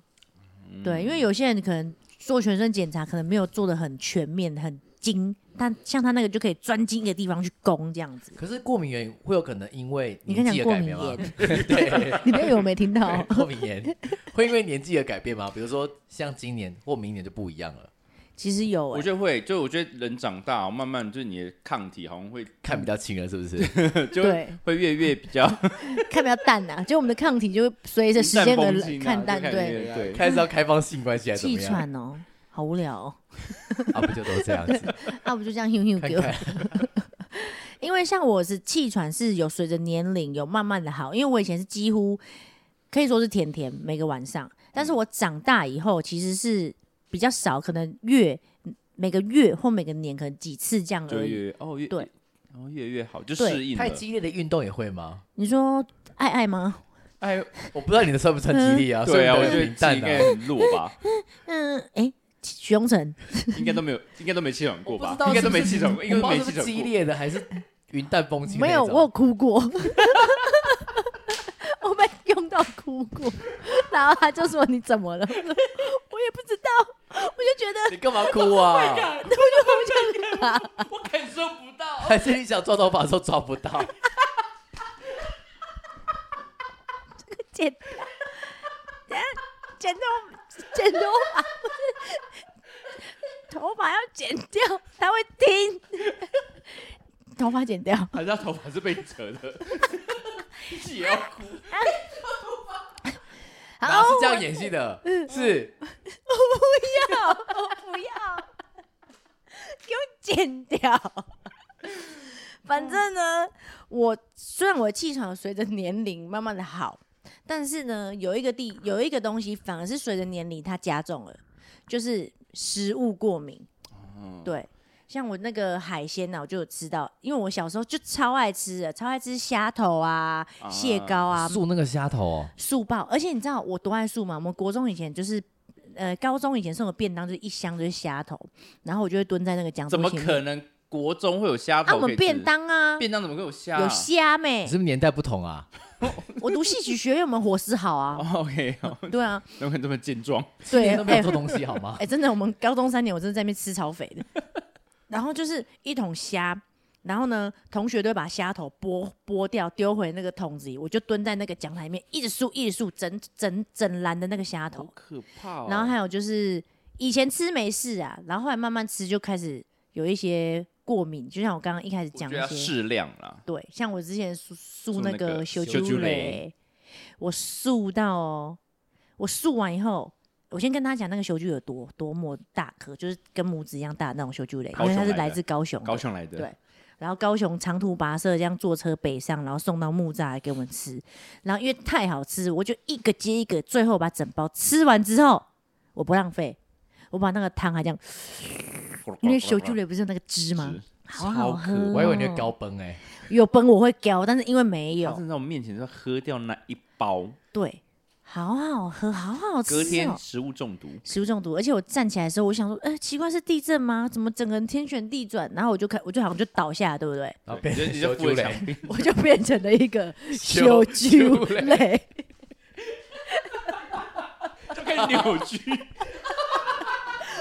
Speaker 1: 对，因为有些人可能做全身检查，可能没有做的很全面、很精，但像他那个就可以专精一个地方去攻这样子。
Speaker 3: 可是过敏源会有可能因为
Speaker 1: 你跟
Speaker 3: 年
Speaker 1: 讲
Speaker 3: 纪的
Speaker 1: 过
Speaker 3: 改
Speaker 1: 敏
Speaker 3: 变吗？，
Speaker 1: 炎
Speaker 3: 对，
Speaker 1: 你不要以为我没听
Speaker 2: <laughs>
Speaker 1: 到。
Speaker 3: 过 <laughs> 敏炎会因为年纪的改变吗？比如说像今年或明年就不一样了，
Speaker 1: 其实有、
Speaker 2: 我
Speaker 1: 欸，
Speaker 2: 就会，就我觉得人长大，哦慢慢就是你的抗体好像会
Speaker 3: 看比较清了，
Speaker 1: <laughs>
Speaker 3: 是不是？
Speaker 2: 就
Speaker 1: 对
Speaker 2: 会越越比较
Speaker 1: 看比较淡
Speaker 2: <laughs>
Speaker 1: 呐、啊，就我们的抗体就会随着时间而来
Speaker 2: 啊
Speaker 1: 看淡。对，
Speaker 2: 对对。
Speaker 3: 开始要开放性关系还是怎
Speaker 1: 气
Speaker 3: 么样？
Speaker 1: 喘哦，好无聊、
Speaker 2: <laughs>
Speaker 1: 哦，
Speaker 3: 啊，不就都这样子？
Speaker 1: 啊，不就这样悠悠
Speaker 3: 看
Speaker 1: 给我。
Speaker 3: 看
Speaker 1: <laughs> 因为像我是气喘是有随着年龄有慢慢的好，因为我以前是几乎可以说是天天每个晚上，但是我长大以后其实是比较少，可能月每个月或每个年可能几次这样
Speaker 2: 就
Speaker 1: 而已。
Speaker 2: 越哦越
Speaker 1: 对，
Speaker 2: 然后越越好，就
Speaker 1: 对
Speaker 2: 适应
Speaker 3: 太
Speaker 2: 了。
Speaker 3: 激烈的运动也会吗？
Speaker 1: 你说爱爱吗？
Speaker 3: 哎，我不知道你的算不算激烈啊？
Speaker 2: 对啊，
Speaker 3: 算
Speaker 2: 我
Speaker 3: 不
Speaker 2: 觉得自
Speaker 3: 算平
Speaker 2: 己
Speaker 3: 淡
Speaker 2: 应该
Speaker 3: 啊。
Speaker 2: 很弱吧，
Speaker 1: 嗯，哎、许雍成，
Speaker 2: 应该都没有，应该都没气喘过
Speaker 3: 我不
Speaker 2: 吧
Speaker 3: 知，道
Speaker 2: 应该都
Speaker 3: 是不是
Speaker 2: 没气喘过，应该
Speaker 3: 我
Speaker 2: 都没气
Speaker 3: 不知道是不是
Speaker 2: 喘
Speaker 3: 激
Speaker 2: 过。
Speaker 3: 烈的还是云淡风轻那
Speaker 1: 没
Speaker 3: 种？
Speaker 1: 有，我有哭过， <laughs> 我被用到哭过， <laughs> 然后他就说你怎么了？ <laughs> 我也不知道，我就觉得
Speaker 3: 你干嘛哭
Speaker 2: Oh
Speaker 3: 啊？
Speaker 2: 我感受不
Speaker 1: <laughs>
Speaker 2: 到，
Speaker 3: 还是你想抓头发的时候抓不到？
Speaker 1: 剪，剪头剪头发，头发要剪掉，它会听。 <laughs> 头发剪掉，
Speaker 2: 还是他头发是被扯的，
Speaker 1: 啊
Speaker 2: 自己也要哭。
Speaker 3: 哪
Speaker 1: 好，
Speaker 3: 是这样演戏的？是
Speaker 1: 我要，我不要，给我剪掉。反正呢，我虽然我的气场随着年龄慢慢的好，但是呢，有一个地有一个东西反而是随着年龄它加重了，就是食物过敏。对，像我那个海鲜呢、我就有吃到，因为我小时候就超爱吃的，超爱吃虾头啊、蟹膏啊、
Speaker 3: 素那个虾头哦，
Speaker 1: 素爆，而且你知道我多爱素吗？我们国中以前就是，呃，高中以前送的便当就是一箱就是虾头，然后我就会蹲在那个讲桌
Speaker 2: 怎么
Speaker 1: 前面
Speaker 2: 可能国中会有虾
Speaker 1: 啊，
Speaker 2: 头
Speaker 1: 我
Speaker 2: 可以
Speaker 1: 们
Speaker 2: 吃？
Speaker 1: 便当啊，
Speaker 2: 便当怎么会有虾啊？
Speaker 1: 有虾妹
Speaker 2: <laughs>
Speaker 3: 你是，不是年代不同啊？
Speaker 1: 我读戏曲学院，我们伙食好啊，
Speaker 2: 哦 OK，好
Speaker 1: 对
Speaker 2: <laughs>
Speaker 1: 啊，
Speaker 2: 怎么这么健壮？
Speaker 1: <laughs> 对，
Speaker 3: 年都没
Speaker 1: 哎
Speaker 3: 有做东西好吗
Speaker 2: <laughs>
Speaker 1: 哎、？真的，我们高中三年，我真的在那边吃超肥的。 <laughs> 然后就是一桶虾，然后呢，同学都会把虾头剥剥掉，丢回那个桶子里。我就蹲在那个讲台里面，一直数，一直数，整整整篮的那个虾头。
Speaker 2: 可怕哦
Speaker 1: 然后还有就是以前吃没事啊，然后后来慢慢吃就开始有一些过敏，就像我刚刚一开始
Speaker 2: 我觉
Speaker 1: 讲
Speaker 2: 得要
Speaker 1: 那些，
Speaker 2: 适量啦。
Speaker 1: 对，像我之前输输
Speaker 2: 输
Speaker 1: 那
Speaker 2: 那
Speaker 1: 个
Speaker 2: 个
Speaker 1: 修
Speaker 2: 修
Speaker 1: 啾
Speaker 2: 啾
Speaker 1: 蕾
Speaker 2: 蕾，
Speaker 1: 我素到哦，我素完以后。我先跟大家讲那个修啾有多多么大颗，就是跟拇指一样大的那种修啾蕾，因
Speaker 2: 高
Speaker 1: 为它
Speaker 2: 雄
Speaker 1: 是
Speaker 2: 来
Speaker 1: 来
Speaker 2: 的
Speaker 1: 自高雄的，
Speaker 2: 高雄来的，
Speaker 1: 对，然后高雄长途跋涉这样坐车北上，然后送到木栅来给我们吃。然后因为太好吃，我就一个接一个，最后把整包吃完之后，我不浪费，我把那个汤还这样，因为小猪
Speaker 2: 蕾
Speaker 1: 蕾不是有那个汁吗？好好
Speaker 2: 超
Speaker 1: 喝、
Speaker 2: 可
Speaker 1: 哦，
Speaker 3: 我以为你会高崩哎，
Speaker 2: 嗯
Speaker 1: 有崩我会叼，但是因为没
Speaker 2: <laughs> 他
Speaker 1: 有，
Speaker 2: 是在我面前就喝掉那一包，
Speaker 1: 对，好好喝，好好吃、哦。
Speaker 2: 隔天食物中毒。
Speaker 1: 食物中毒，而且我站起来的时候，我想说，呃，奇怪是地震吗？怎么整个人天旋地转？然后我就看，我就好像就倒下了，对不对？ <laughs>
Speaker 3: 然后
Speaker 2: 对
Speaker 3: 变
Speaker 2: 你就你就
Speaker 3: 成
Speaker 2: 付
Speaker 3: 修猪
Speaker 2: 了
Speaker 3: 嘞，
Speaker 2: 墙壁， <laughs>
Speaker 3: <laughs>
Speaker 1: 我就变成了一个
Speaker 3: 修
Speaker 1: 啾
Speaker 3: 啾
Speaker 1: 类。
Speaker 2: 就开始扭曲。 <laughs>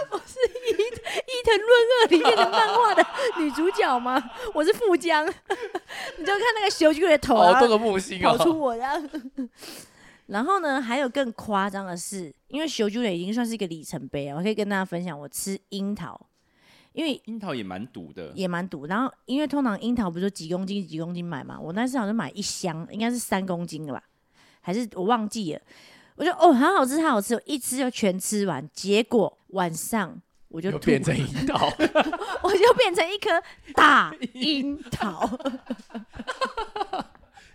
Speaker 1: 伊藤润二里面的漫画的女主角
Speaker 3: <laughs>
Speaker 1: 吗？我是富江， <laughs> 你就看那个修具的头，
Speaker 3: 好
Speaker 1: 然
Speaker 3: 哦
Speaker 1: 后
Speaker 3: 多个木星
Speaker 1: 跑出
Speaker 3: 哦，
Speaker 1: 我，然后。然后呢，还有更夸张的是，因为修具的已经算是一个里程碑啊了，我可以跟大家分享，我吃樱桃，因为
Speaker 2: 樱桃也蛮毒的，
Speaker 1: 也蛮毒。然后因为通常樱桃不是几公斤几公斤买嘛，我那次好像买一箱，应该是三公斤的吧，还是我忘记了。我就哦，好好吃，好好吃，我一吃就全吃完。结果晚上我就
Speaker 3: 又
Speaker 1: 吐
Speaker 3: 变成一道， <laughs>
Speaker 1: <laughs> 我就变成一颗大樱桃，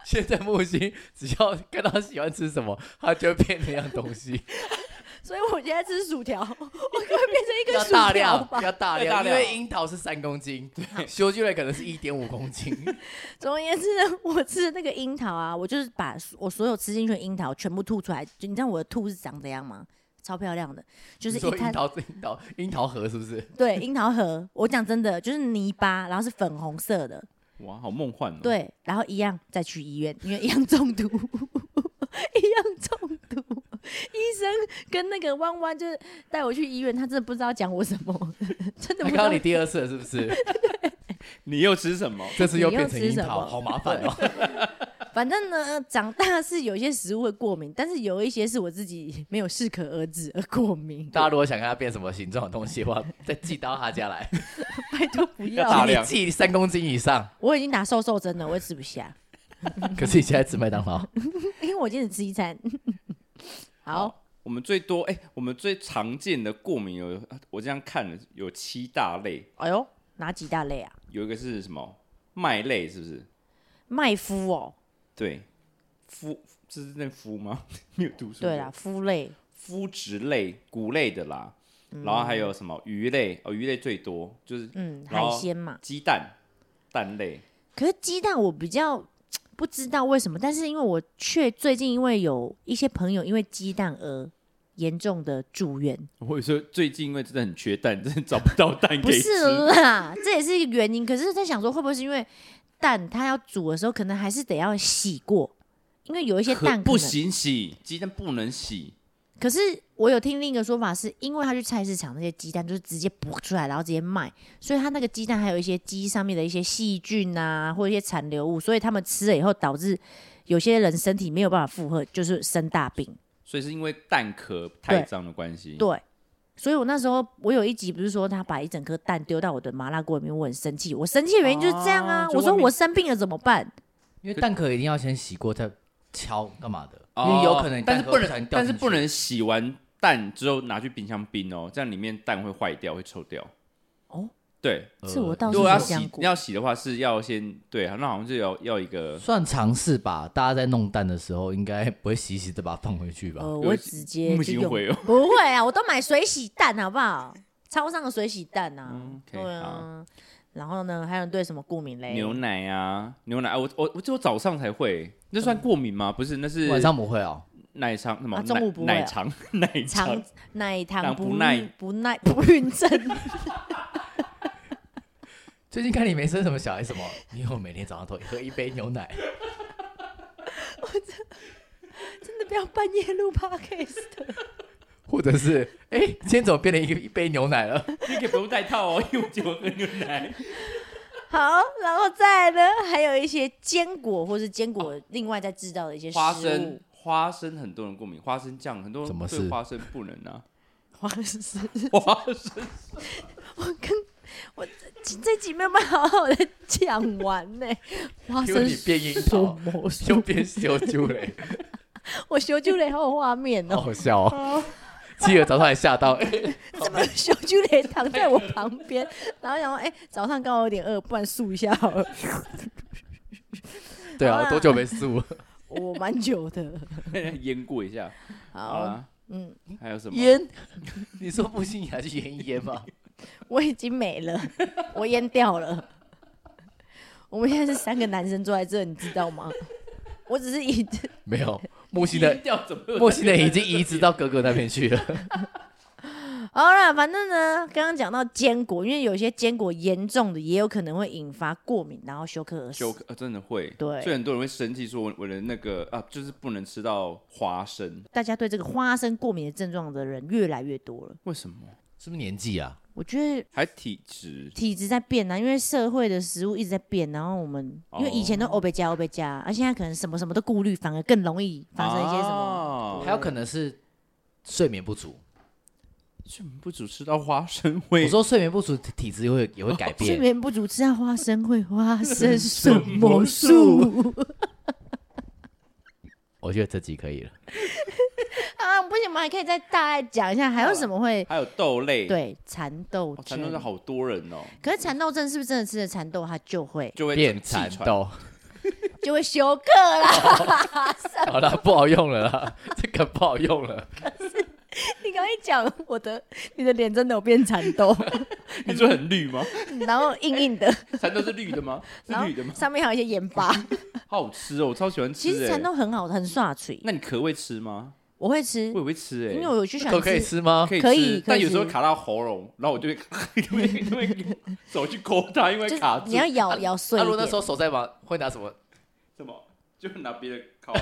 Speaker 3: 现在木星只要看到喜欢吃什么， <laughs> 它就会变那样
Speaker 1: <laughs>
Speaker 3: 东西，
Speaker 1: 所以我现在吃薯
Speaker 3: <laughs>
Speaker 1: 条，我就会变成一
Speaker 3: 要
Speaker 1: 颗薯
Speaker 3: 大
Speaker 1: 条
Speaker 3: 量，
Speaker 1: 吧。
Speaker 3: 要大
Speaker 2: 要大
Speaker 3: 量，因
Speaker 2: 量啊
Speaker 3: 为樱桃是三公斤，修猪类可能是一点五公斤，
Speaker 1: 总而言之呢，我吃的那个樱桃啊，我就是把我所有吃进去的樱桃全部吐出来。就你知道我的吐是长怎样吗？超漂亮的， <laughs> 就是
Speaker 3: 你
Speaker 1: 一
Speaker 3: 说樱
Speaker 1: 滩
Speaker 3: 桃樱桃樱桃核是不是？
Speaker 1: 对樱桃核。我讲真的，就是泥巴，然后是粉红色的，
Speaker 2: 哇，好梦幻哦。，
Speaker 1: 对，然后一样再去医院，因为一样中毒， <laughs> 一样中毒。医生跟那个弯弯就是带我去医院，他真的不知道讲我什么， <laughs> 真的不
Speaker 3: 那刚
Speaker 1: 知道
Speaker 3: 刚你第二次了是不是？
Speaker 1: <laughs>
Speaker 2: 你又吃什么？ <laughs>
Speaker 3: 这次又变成
Speaker 1: 你又
Speaker 3: 樱
Speaker 1: 吃什么
Speaker 3: 桃，好麻烦哦。
Speaker 1: 反正呢，长大是有一些食物会过敏，但是有一些是我自己没有适可而止而过敏。
Speaker 3: 大家如果想看它变什么形状的东西的话，再寄到他家来，
Speaker 1: <laughs> 拜托不
Speaker 2: 要大
Speaker 1: 要
Speaker 2: 力，量
Speaker 3: 请你寄三公斤以上。
Speaker 1: 我已经打瘦瘦针了，我也吃不下，
Speaker 3: <laughs> 可是你现在吃麦当劳，
Speaker 1: 因为我今天只吃一 <laughs> 餐。好，
Speaker 2: 我们最多哎、我们最常见的过敏有，我这样看了有七大类，
Speaker 1: 哎呦，哪几大类啊？
Speaker 2: 有一个是什么麦类，是不是？
Speaker 1: 麦麸哦，
Speaker 2: 对，麸这是那麸吗？ <laughs> 没有读书。
Speaker 1: 对啦，，麸类，
Speaker 2: 麸质类、谷类的啦，然后还有什么鱼类？哦，鱼类最多，就是
Speaker 1: 嗯，
Speaker 2: 然
Speaker 1: 海
Speaker 2: 后
Speaker 1: 鲜嘛。
Speaker 2: 鸡蛋、蛋类。
Speaker 1: 可是鸡蛋我比较不知道为什么，但是因为我却最近因为有一些朋友因为鸡蛋而严重的住院，
Speaker 2: 或者说最近因为真的很缺蛋，真的找不到蛋
Speaker 1: 不
Speaker 2: 给
Speaker 1: 是
Speaker 2: 吃。
Speaker 1: 啦， <laughs> 这也是一个原因。可是，在想说，会不会是因为蛋它要煮的时候，可能还是得要洗过，因为有一些
Speaker 2: 可
Speaker 1: 蛋可
Speaker 2: 不
Speaker 1: 能。
Speaker 2: 行洗，鸡蛋不能洗，
Speaker 1: 可是我有听另一个说法是，因为他去菜市场那些鸡蛋就是直接剥出来，然后直接卖，所以他那个鸡蛋还有一些鸡上面的一些细菌啊，或者一些残留物，所以他们吃了以后导致有些人身体没有办法负荷，就是生大病。
Speaker 2: 所以是因为蛋壳太
Speaker 1: 对
Speaker 2: 脏的关系。
Speaker 1: 对，所以我那时候我有一集不是说他把一整颗蛋丢到我的麻辣锅里面，我很生气。我生气的原因就是这样啊，
Speaker 2: 哦就
Speaker 1: 我说
Speaker 2: 外面
Speaker 1: 我生病了怎么办？
Speaker 3: <laughs> 因为蛋壳一定要先洗过再敲干嘛的，
Speaker 2: 哦，
Speaker 3: 因为有可能
Speaker 2: 但是
Speaker 3: 蛋壳
Speaker 2: 不
Speaker 3: 突
Speaker 2: 能
Speaker 3: 然，掉
Speaker 2: 但是
Speaker 3: 进去
Speaker 2: 不能洗完蛋之后拿去冰箱冰哦，这样里面蛋会坏掉，会臭掉。
Speaker 1: 哦，
Speaker 2: 对，
Speaker 3: 呃
Speaker 1: 这我倒
Speaker 2: 如
Speaker 1: 是
Speaker 2: 果要
Speaker 1: 没
Speaker 2: 洗
Speaker 1: 想过。
Speaker 2: 要洗的话是要先对，啊那好像是要要一个
Speaker 3: 算尝试吧。大家在弄蛋的时候，应该不会洗洗再把它放回去吧？
Speaker 1: 呃，
Speaker 2: 啊有
Speaker 1: 我会
Speaker 2: 一
Speaker 1: 直接
Speaker 2: 木
Speaker 1: 就
Speaker 2: 星
Speaker 1: 用，
Speaker 2: 回哦。
Speaker 1: 不会啊，我都买水洗蛋好不好？超商的水洗蛋啊，
Speaker 2: 嗯，OK，
Speaker 1: 对啊。然后呢，还有人对什么过敏嘞？
Speaker 2: 牛奶啊，牛奶，啊我我我只有早上才会，那
Speaker 1: 嗯
Speaker 2: 算过敏吗？不是，那是
Speaker 3: 晚上不会哦，
Speaker 2: 奶肠什么
Speaker 1: 啊中午不会啊
Speaker 2: 奶奶肠 <laughs> 奶
Speaker 1: 肠
Speaker 2: 肠
Speaker 1: 奶糖
Speaker 2: 糖
Speaker 1: 不
Speaker 2: 不
Speaker 1: 孕
Speaker 2: 耐
Speaker 1: 不耐不孕症， <laughs>
Speaker 3: 最近看你没生什么小孩，什么？你有每天早上都喝一杯牛奶，
Speaker 1: 真的不要半夜录 podcast。<laughs>
Speaker 3: <laughs> 或者是哎、今天怎么变成一个一杯牛奶了？
Speaker 2: 你可以不用戴套哦，因为我只有喝牛
Speaker 1: <laughs>
Speaker 2: 奶。
Speaker 1: 好，然后再来呢，还有一些坚果或是坚果另外再制造的一些食物 <laughs>
Speaker 2: 哦花生，花生很多人过敏，花生酱很多
Speaker 3: 怎么
Speaker 2: 人
Speaker 3: 是
Speaker 2: <laughs> 对花生不能啊。
Speaker 1: 花生，
Speaker 2: 花生
Speaker 1: 我跟这集没有办法好好的讲完呢、花
Speaker 3: <laughs> 因
Speaker 1: 生
Speaker 3: 为你变樱
Speaker 1: 说
Speaker 3: 桃，
Speaker 1: 魔
Speaker 3: 又
Speaker 1: 术，
Speaker 3: 变修啾嘞，
Speaker 1: 我修旧雷好有画面
Speaker 3: <laughs> 好
Speaker 1: 哦，
Speaker 3: 好笑哦。企鹅早上还吓到，哎
Speaker 1: 怎么修旧雷躺在我旁边， <laughs> 然后想说，哎、早上刚好有点饿，不然素一下好了， <laughs>
Speaker 3: 对
Speaker 1: 好
Speaker 3: 啊，
Speaker 1: 啦
Speaker 3: 多久没素？
Speaker 1: 我蛮久的，
Speaker 2: 腌过一下，好
Speaker 1: 好，
Speaker 2: 啦，
Speaker 1: 嗯，
Speaker 2: 还有什么？
Speaker 3: 烟？ <laughs> 你说不信你还去腌一腌吗？
Speaker 1: <laughs> 我已经没了， <laughs> 我淹掉了。我们现在是三个男生坐在这，你知道
Speaker 2: <laughs>
Speaker 1: 吗？我只是一直
Speaker 3: 没有，木星
Speaker 1: <laughs>
Speaker 2: 腌
Speaker 3: 的
Speaker 2: 掉怎么有？
Speaker 3: 木星的已经移植到哥哥那边去了。
Speaker 1: 好啦，反正呢，刚刚讲到坚果，因为有些坚果严重的也有可能会引发过敏，然后休克而死
Speaker 2: 休。克、呃真的会，
Speaker 1: 对
Speaker 2: 所以很多人会生气说我我的那个啊，就是不能吃到花生，
Speaker 1: 大家对这个花生过敏的症状的人越来越多了。
Speaker 2: 为什么？
Speaker 3: 是不是年纪啊？
Speaker 1: 我觉得
Speaker 2: 还体质
Speaker 1: 体质在变啊，因为社会的食物一直在变，然后我们因为以前
Speaker 2: 哦
Speaker 1: 都欧贝加欧贝加，而、现在可能什么什么都顾虑，反而更容易发生一些什么。
Speaker 2: 么
Speaker 3: 还有可能是睡眠不足。
Speaker 2: 不只吃到花生
Speaker 3: 我
Speaker 2: 会
Speaker 3: 说睡眠不足，体体质会也会改
Speaker 1: 哦睡
Speaker 3: 变。
Speaker 1: 眠不足吃下花生会发生什么术
Speaker 3: 我觉得这集可以了。
Speaker 1: <laughs> 啊？不行，我们还可以再大概讲一下，还有什么会
Speaker 2: 还有豆类，，
Speaker 1: 对蚕豆
Speaker 2: 啊哦、
Speaker 1: 症
Speaker 2: 蚕豆是好多人哦，
Speaker 1: 可是蚕豆症是不是真的吃了蚕豆，它就会
Speaker 2: 就会
Speaker 3: 变
Speaker 2: 气
Speaker 3: 蚕
Speaker 2: 喘，
Speaker 3: 豆，
Speaker 1: <laughs> 就会休克啦？
Speaker 3: 好了，不好用了啦， <laughs> 这个不好用了。
Speaker 1: <laughs> 你刚一讲，我的你的脸真的有变蚕豆，
Speaker 2: <laughs> 你说很绿吗？
Speaker 1: <laughs> 然后硬硬的，
Speaker 2: 蚕豆是绿的吗？是
Speaker 1: 然后
Speaker 2: 绿的吗？
Speaker 1: 上面还有一些盐巴。
Speaker 2: 好好吃哦，我超喜欢吃、
Speaker 1: <laughs> 其实
Speaker 2: 哎
Speaker 1: 蚕豆很好，很刷嘴，
Speaker 2: 那你壳会吃吗？
Speaker 1: 我会吃
Speaker 2: 我，也会吃哎、
Speaker 1: 因为我有去喜
Speaker 3: 都
Speaker 1: 欢
Speaker 3: 可以
Speaker 1: 吃。
Speaker 3: 吃吗？
Speaker 2: 可以
Speaker 1: 可以可
Speaker 2: 吃
Speaker 1: 以，
Speaker 2: 但有时候
Speaker 1: 吃
Speaker 2: 卡到喉咙，然后我就会 <laughs> 因为因为手去抠它，因为
Speaker 1: 就是
Speaker 2: 卡住。
Speaker 1: 你要咬咬碎
Speaker 3: 阿
Speaker 1: 一
Speaker 3: 啊如那时
Speaker 1: 点，
Speaker 3: 候手在忙，会拿什么？
Speaker 2: 什么？就拿别人抠啊，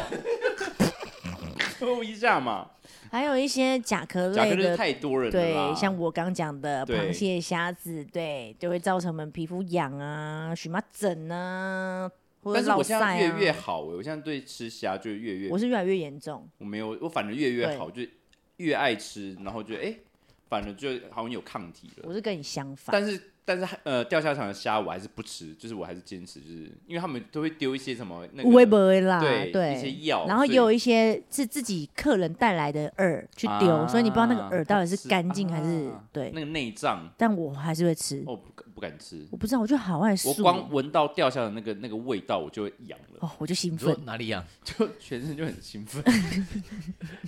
Speaker 2: <laughs> 抠一下嘛。
Speaker 1: 还有一些甲壳
Speaker 2: 甲壳
Speaker 1: 类
Speaker 2: 类
Speaker 1: 的，
Speaker 2: 太多人了啦
Speaker 1: 对，像我刚讲的
Speaker 2: 对
Speaker 1: 螃蟹、虾子，对，就会造成我们皮肤痒啊、荨麻疹啊，或者
Speaker 2: 但是
Speaker 1: 老
Speaker 2: 我现
Speaker 1: 晒
Speaker 2: 在
Speaker 1: 啊。
Speaker 2: 越越好、欸，我现在对吃虾就越越，
Speaker 1: 我
Speaker 2: 我
Speaker 1: 是越来越严重，
Speaker 2: 没有，我反正越越
Speaker 1: 对
Speaker 2: 好，就越爱吃，然后就哎、反正就好像有抗体了。
Speaker 1: 我是跟你相反。
Speaker 2: 但是但是呃，钓虾场的虾我还是不吃，就是我还是坚持，就是因为他们都会丢一些什么那个
Speaker 1: 微博啦，
Speaker 2: 对一些药，
Speaker 1: 然后也
Speaker 2: 所以
Speaker 1: 有一些是自己客人带来的饵去丢，
Speaker 2: 啊
Speaker 1: 所以你不知道那个饵到底是
Speaker 2: 它
Speaker 1: 干净还是、
Speaker 2: 啊
Speaker 1: 对。
Speaker 2: 那个内脏，
Speaker 1: 但我还是会吃，
Speaker 2: 哦，不敢不敢吃，
Speaker 1: 我不知道，我哦就好爱素
Speaker 2: 我光闻到钓虾的那个那个味道，我就会痒了，
Speaker 1: 哦，我就兴
Speaker 3: 你说
Speaker 1: 奋。
Speaker 3: 哪里啊痒？
Speaker 2: 就全身就很兴奋，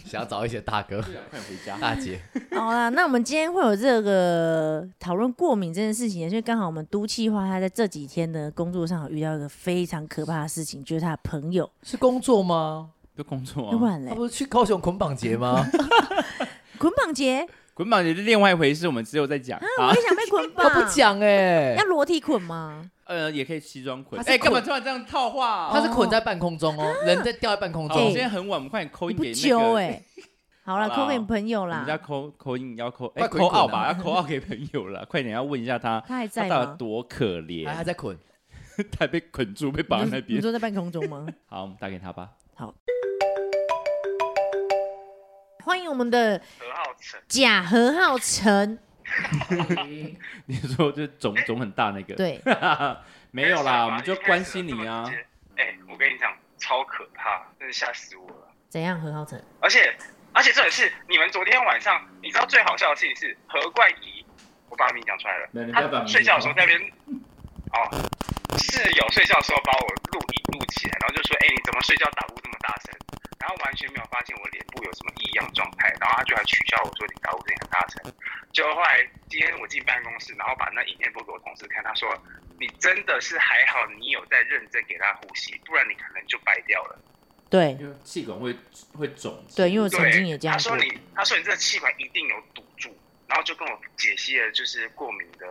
Speaker 3: 想要找一些大哥、
Speaker 2: 就想快点回家。
Speaker 3: <laughs> 大姐。
Speaker 1: <laughs> 好啦，那我们今天会有这个讨论过敏这件事情，因为刚好我们都气化他在这几天的工作上有遇到一个非常可怕的事情，就是他的朋友，
Speaker 3: 是工作吗？
Speaker 2: 就工作
Speaker 1: <laughs> 要不
Speaker 2: 啊，
Speaker 1: 然嘞
Speaker 3: 他，不是去高雄捆绑节
Speaker 1: <laughs>
Speaker 3: 吗？
Speaker 1: 捆绑节，
Speaker 2: 捆绑也是另外一回事，我们只有在讲啊
Speaker 1: 我，也想被捆绑，
Speaker 3: 他不讲哎
Speaker 1: 要，裸体捆吗？
Speaker 2: 呃，也可以西装捆
Speaker 3: 他，是
Speaker 2: 哎，干嘛
Speaker 3: 捆
Speaker 2: 突然这样套话啊？
Speaker 3: 他是捆在半空中哦，人在吊在半空
Speaker 2: 好，今
Speaker 1: 哦
Speaker 3: 中。
Speaker 2: 天很晚，我们快点扣
Speaker 1: 哎你
Speaker 2: 音
Speaker 1: 不
Speaker 2: 给
Speaker 1: 揪
Speaker 2: 那
Speaker 1: 哎、
Speaker 2: 个。
Speaker 1: 好了，
Speaker 2: 好啦
Speaker 1: 扣给你朋友
Speaker 2: 我
Speaker 1: 啦
Speaker 2: 们，要扣扣音要扣，哎，
Speaker 3: 快捆
Speaker 2: 扣
Speaker 3: 一捆
Speaker 2: 奥
Speaker 3: 啊
Speaker 2: 吧，要扣奥给朋友了， <laughs> 快点要问一下他，
Speaker 1: 他还在
Speaker 2: 他到
Speaker 1: 吗啊
Speaker 2: 底？多可
Speaker 3: 还还
Speaker 2: 怜，
Speaker 3: 在捆，
Speaker 2: <laughs> 他被捆住，被绑在那
Speaker 1: 你
Speaker 2: 边。
Speaker 1: 说在半空中吗？
Speaker 2: <laughs>
Speaker 1: <laughs>
Speaker 2: 好，我们打给他吧。 <laughs>
Speaker 1: 欢迎我们的
Speaker 5: 何浩晨，
Speaker 1: 贾何浩晨，哎
Speaker 2: 你说就肿肿很大那个，
Speaker 1: 对，
Speaker 2: <laughs> 没有啦，
Speaker 5: 哎
Speaker 2: 我们就关心你啊。。
Speaker 5: 哎、我跟你讲，超可怕，真的吓死我了。
Speaker 1: 怎样何浩晨？
Speaker 5: 而且，而且这也是你们昨天晚上，你知道最好笑的事情是何冠仪，我把名讲出来了
Speaker 2: 没有你，不要把
Speaker 5: 他
Speaker 2: 名
Speaker 5: 睡觉的时候在
Speaker 2: <laughs>
Speaker 5: 那边，哦，室友睡觉的时候把我录影录起来，然后就说，哎、你怎么睡觉打呼这么大声？然后完全没有发现我脸部有什么异样状态，然后他就还取笑我说你打呼声很大声。结果后来今天我进办公室，然后把那影片播给我同事看，他说你真的是还好，你有在认真给他呼吸，不然你可能就掰掉了。
Speaker 1: 对
Speaker 2: 因为气管会会肿。
Speaker 1: 对因为我
Speaker 5: 对，
Speaker 1: 曾经也这样
Speaker 5: 他
Speaker 1: 过
Speaker 5: 说你，他说你这个气管一定有堵住，然后就跟我解析了就是过敏的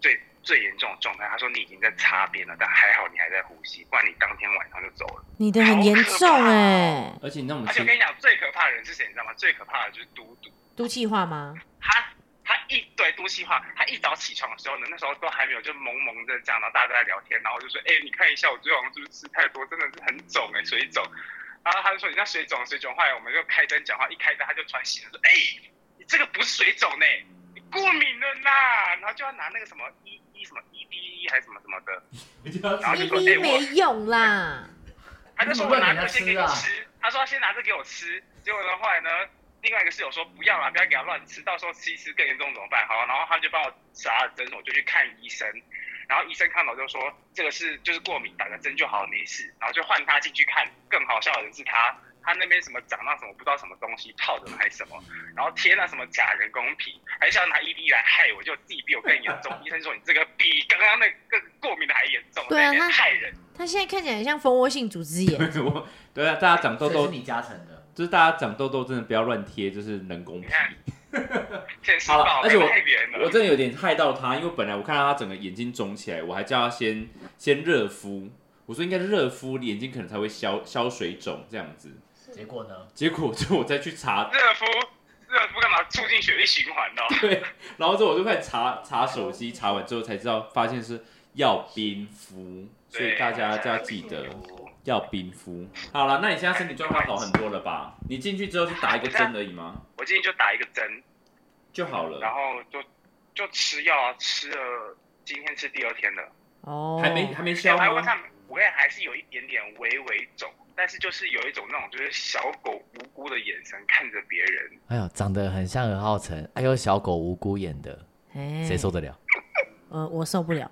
Speaker 5: 最最严重的状态。他说你已经在擦边了，但还好你还在呼吸，不然你当天晚上就走了。
Speaker 1: 你的很严重哎、
Speaker 2: 而且你知道我们
Speaker 5: 而且
Speaker 2: 吃
Speaker 5: 我跟你讲，最可怕的人是谁，你知道吗？最可怕的就是嘟嘟，
Speaker 1: 都气话吗？
Speaker 5: 他。他一对都气话，他一早起床的时候呢，那时候都还没有，就蒙蒙的这样，然后大家都在聊天，然后我就说，哎、你看一下，我昨天晚上是不是吃太多，真的是很肿哎、水肿。然后他就说，你那水啊肿水肿，后来我们就开灯讲话，一开灯他就传醒了，说，哎、你这个不是水肿呢、你过敏了啦，然后就要拿那个什么 E E 什么 E D 还是什么什么的，然后就
Speaker 1: 一
Speaker 5: 说
Speaker 1: 滴
Speaker 5: 哎我
Speaker 1: 没用啦，
Speaker 5: 他就说我拿这些给
Speaker 3: 你怎
Speaker 2: 啊
Speaker 3: 么乱
Speaker 5: 你
Speaker 3: 给他
Speaker 5: 吃，他说他先拿这给我吃，结果呢后来呢，另外一个室友说不要啦，不要给他乱吃，到时候吃一吃更严重怎么办？好，然后他就帮我查了诊所，就去看医生，然后医生看到就说这个是就是过敏，打个针就好，没事，然后就换他进去看，更好笑的是他。他那边什么长到什么不知道什么东西泡着还是什么，然后贴了什么假人工皮，还想拿 ED 来害我，就自己比我更严重。医生说你这个比刚刚那个过敏的还严重，
Speaker 1: 对啊
Speaker 5: 在那边
Speaker 1: 他
Speaker 5: 害人。
Speaker 1: 他现在看起来很像蜂窝性组织
Speaker 2: <laughs>
Speaker 1: 炎，
Speaker 2: 我对啊，大家长痘
Speaker 3: 这是
Speaker 2: 痘，
Speaker 3: 你加成的。
Speaker 2: 就是大家长痘痘真的不要乱贴，就是人工皮。
Speaker 5: 看现实
Speaker 2: 好了
Speaker 5: 报，
Speaker 2: 而且我
Speaker 5: 太远了。
Speaker 2: 我真的有点害到他，因为本来我看到他整个眼睛肿起来，我还叫他先先热敷，我说应该是热敷，眼睛可能才会消消水肿这样子。
Speaker 3: 结果呢？
Speaker 2: 结果就我再去查，
Speaker 5: 热敷，热敷干嘛？促进血液循环的哦、
Speaker 2: 对，然后之后我就开始查查手机，查完之后才知道，发现是要冰敷，所以
Speaker 5: 对
Speaker 2: 大家就要记得要冰敷。好了，那你现在身体状况好很多了吧？你进去之后就打一个针而已吗？
Speaker 5: 我今天就打一个针，
Speaker 2: 就好
Speaker 5: 然
Speaker 2: 了，
Speaker 5: 后就就吃药啊，吃了今天是第二天了。
Speaker 1: 哦，
Speaker 2: 还没还没
Speaker 5: 我
Speaker 2: 消
Speaker 5: 还问
Speaker 2: 吗？
Speaker 5: 他们，我也还是有一点点微微肿，但是就是有一种那种就是小狗无辜的眼神看着别人。
Speaker 3: 哎呦，长得很像何浩晨，哎呦，小狗无辜演的，
Speaker 1: 哎
Speaker 3: 谁受得了？
Speaker 1: 呃，我受不了，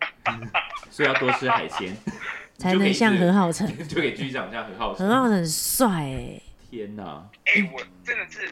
Speaker 2: 所以要多吃海鲜， <laughs>
Speaker 1: 才
Speaker 2: 就可以
Speaker 1: 能像
Speaker 2: 是
Speaker 1: 何浩
Speaker 2: <laughs>
Speaker 1: 晨，
Speaker 2: 就给局长这样很好奇
Speaker 1: 何。浩晨很帅哎，
Speaker 2: 天哪！
Speaker 5: 哎、我
Speaker 2: 嗯
Speaker 5: 真的是，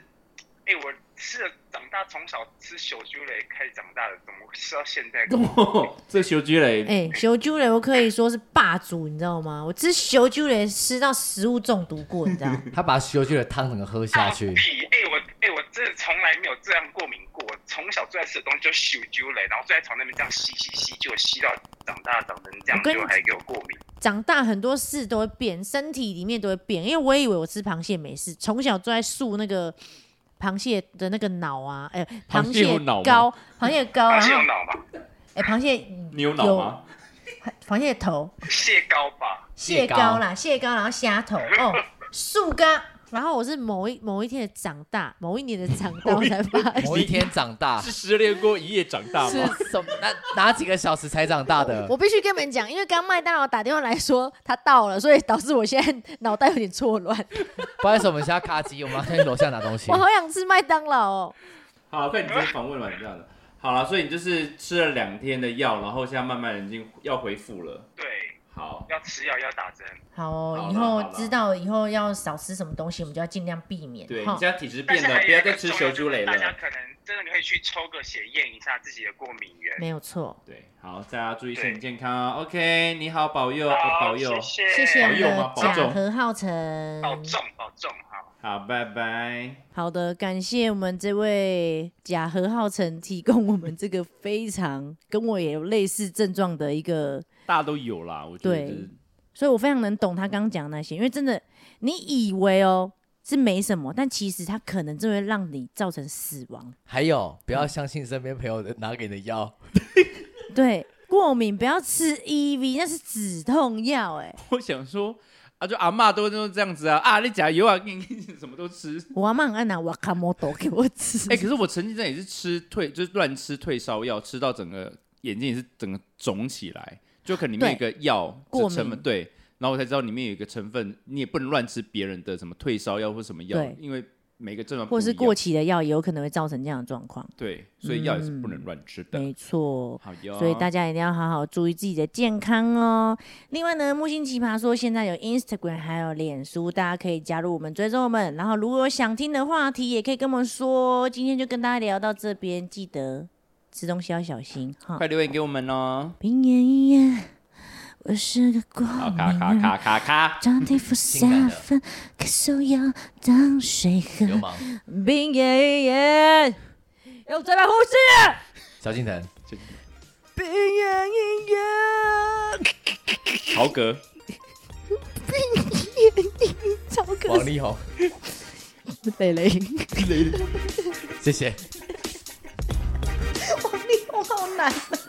Speaker 5: 哎、我吃了长大从小吃小酒类开始长大的，怎么会吃到现在？
Speaker 2: <laughs> 这修居雷，
Speaker 1: 哎，修啾雷我可以说是霸主，你知道吗？我吃修啾雷吃到食物中毒过，你知道
Speaker 2: <laughs>
Speaker 1: 吗？
Speaker 3: 他把修去的汤整个喝下去，
Speaker 5: 屁！哎、我哎、我真的从来没有这样过敏过。我从小最爱吃的东西就是咻啾雷，然后最爱从那边这样吸吸吸，就吸到长大长成这样，
Speaker 1: 我跟你
Speaker 5: 就还给我过敏。
Speaker 1: 长大很多事都会变，身体里面都会变。因为我也以为我吃螃蟹没事，从小就在塑那个螃蟹的那个脑啊，哎、
Speaker 2: 螃
Speaker 1: 螃
Speaker 2: 蟹
Speaker 1: 蟹
Speaker 2: 有脑吗
Speaker 1: 膏，螃蟹膏，
Speaker 5: 螃
Speaker 1: 然
Speaker 5: 蟹有
Speaker 1: 后
Speaker 5: 脑吧？
Speaker 1: 哎、螃蟹
Speaker 2: 你有脑吗？
Speaker 1: 螃蟹头、
Speaker 5: 蟹膏吧？
Speaker 1: 蟹
Speaker 3: 蟹膏
Speaker 1: 膏啦，蟹膏，然后虾 <laughs> 头，哦，树干。然后我是某一某一天的长大，某一年的长大，我才发
Speaker 3: 某一
Speaker 1: 现。
Speaker 3: 天长
Speaker 2: <laughs>
Speaker 3: 大
Speaker 2: 是失恋过一夜长大
Speaker 3: 是
Speaker 2: 吗？
Speaker 3: 什 <laughs> 么？哪哪几个小时才长大的？
Speaker 1: 我必须跟你们讲，因为刚麦当劳打电话来说他到了，所以导致我现在脑袋有点错乱。
Speaker 3: 不好意思，我们现在卡机，我们要去楼下拿东西
Speaker 1: 我。好想吃麦当劳哦，
Speaker 2: 好，快你直接访问完这样的。好了，所以你就是吃了两天的药，然后现在慢慢已经要恢复了。
Speaker 5: 对，
Speaker 2: 好，
Speaker 5: 要吃药要打针。
Speaker 1: 好哦
Speaker 2: 好，
Speaker 1: 以
Speaker 2: 啦
Speaker 1: 后
Speaker 2: 好啦
Speaker 1: 知道以后要少吃什么东西，我们就要尽量避免。
Speaker 2: 对你
Speaker 1: 哈
Speaker 2: 现在体质
Speaker 5: 但
Speaker 2: 变
Speaker 5: 是
Speaker 2: 了，
Speaker 5: 还
Speaker 2: 不
Speaker 5: 有
Speaker 2: 要
Speaker 5: 一个
Speaker 2: 再吃
Speaker 5: 重
Speaker 2: 小
Speaker 5: 要
Speaker 2: 猪
Speaker 5: 就是
Speaker 2: 雷
Speaker 5: 大家
Speaker 2: 了。
Speaker 5: 可能真的可以去抽个血验一下自己的过敏源。
Speaker 1: 没有错，
Speaker 2: 对，好，大家注意身体
Speaker 5: 对
Speaker 2: 健康啊。OK，你好，保佑，呃
Speaker 5: 好，
Speaker 2: 保佑，
Speaker 5: 谢
Speaker 1: 谢谢我
Speaker 2: 保
Speaker 1: 们
Speaker 2: 佑吗
Speaker 1: 的
Speaker 2: 保
Speaker 1: 贾
Speaker 2: 重
Speaker 1: 何浩晨。
Speaker 5: 保重保重好，
Speaker 2: 好，拜拜。
Speaker 1: 好的，感谢我们这位贾何浩晨提供我们这个非常跟我也有类似症状的一个，
Speaker 2: 大家都有啦，我觉得
Speaker 1: 对
Speaker 2: 就是 <laughs>
Speaker 1: 所以我非常能懂他刚刚讲的那些，因为真的你以为哦是没什么，但其实它可能就会让你造成死亡。
Speaker 3: 还有，不要相信身边朋友的拿给你的药，
Speaker 1: 对，过敏不要吃 EV，那是止痛药哎、
Speaker 2: 我想说啊，就阿嬷都都这样子啊啊，你假油啊，你你什么都吃。
Speaker 1: 我阿妈很爱拿瓦卡莫多给我 <laughs> 吃。
Speaker 2: <laughs> 哎、可是我曾经真的也是吃退，就是乱吃退烧药，吃到整个眼睛也是整个肿起来，就可能里面有一个药
Speaker 1: 过
Speaker 2: 成分
Speaker 1: 敏
Speaker 2: 对，然后我才知道里面有一个成分，你也不能乱吃别人的什么退烧药或什么药
Speaker 1: 对，
Speaker 2: 因为每个症状
Speaker 1: 或是
Speaker 2: 不一
Speaker 1: 过
Speaker 2: 样
Speaker 1: 期的药也有可能会造成这样的状况，
Speaker 2: 对，所以药也是不能
Speaker 1: 嗯
Speaker 2: 乱吃的。
Speaker 1: 没错。
Speaker 2: 好哟，
Speaker 1: 所以大家一定要好好注意自己的健康哦。另外呢，木星奇葩说现在有 Instagram 还有脸书，大家可以加入我们追踪我们。然后如果有想听的话题，也可以跟我们说。今天就跟大家聊到这边，记得吃东西要小心哈
Speaker 2: 快。留言给我们哦。
Speaker 1: <laughs> 明年一月，我是个过
Speaker 2: 好，咔
Speaker 1: 敏
Speaker 2: 咔
Speaker 1: 人，
Speaker 2: 咔 <laughs> 咔咔，
Speaker 1: 长体负三分，可手要当水喝 <laughs>
Speaker 3: 流。氓，
Speaker 1: 明年一月，用嘴巴呼吸。
Speaker 3: 萧敬腾，
Speaker 1: 冰原音 <laughs> 乐，
Speaker 2: 豪 <laughs> 格，
Speaker 1: 超可
Speaker 3: <laughs> 王力宏，
Speaker 1: 是蕾蕾，
Speaker 3: 谢谢。
Speaker 1: <laughs> 王力宏好难啊。